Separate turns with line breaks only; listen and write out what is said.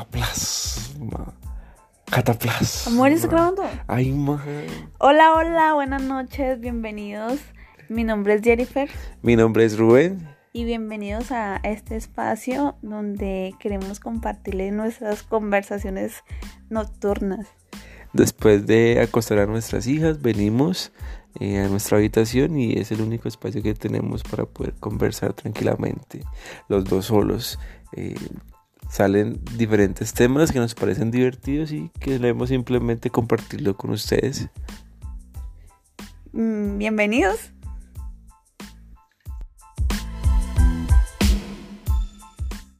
Cataplasma. Cataplasma.
Amor, ¿está grabando?
Ay, man.
Hola, hola, buenas noches, bienvenidos. Mi nombre es Jennifer
Mi nombre es Rubén.
y bienvenidos a este espacio donde queremos compartirles nuestras conversaciones nocturnas.
Después de acostar a nuestras hijas, venimos eh, a nuestra habitación y es el único espacio que tenemos para poder conversar tranquilamente, los dos solos. Eh, salen diferentes temas que nos parecen divertidos y queremos simplemente compartirlo con ustedes.
Mm, Bienvenidos.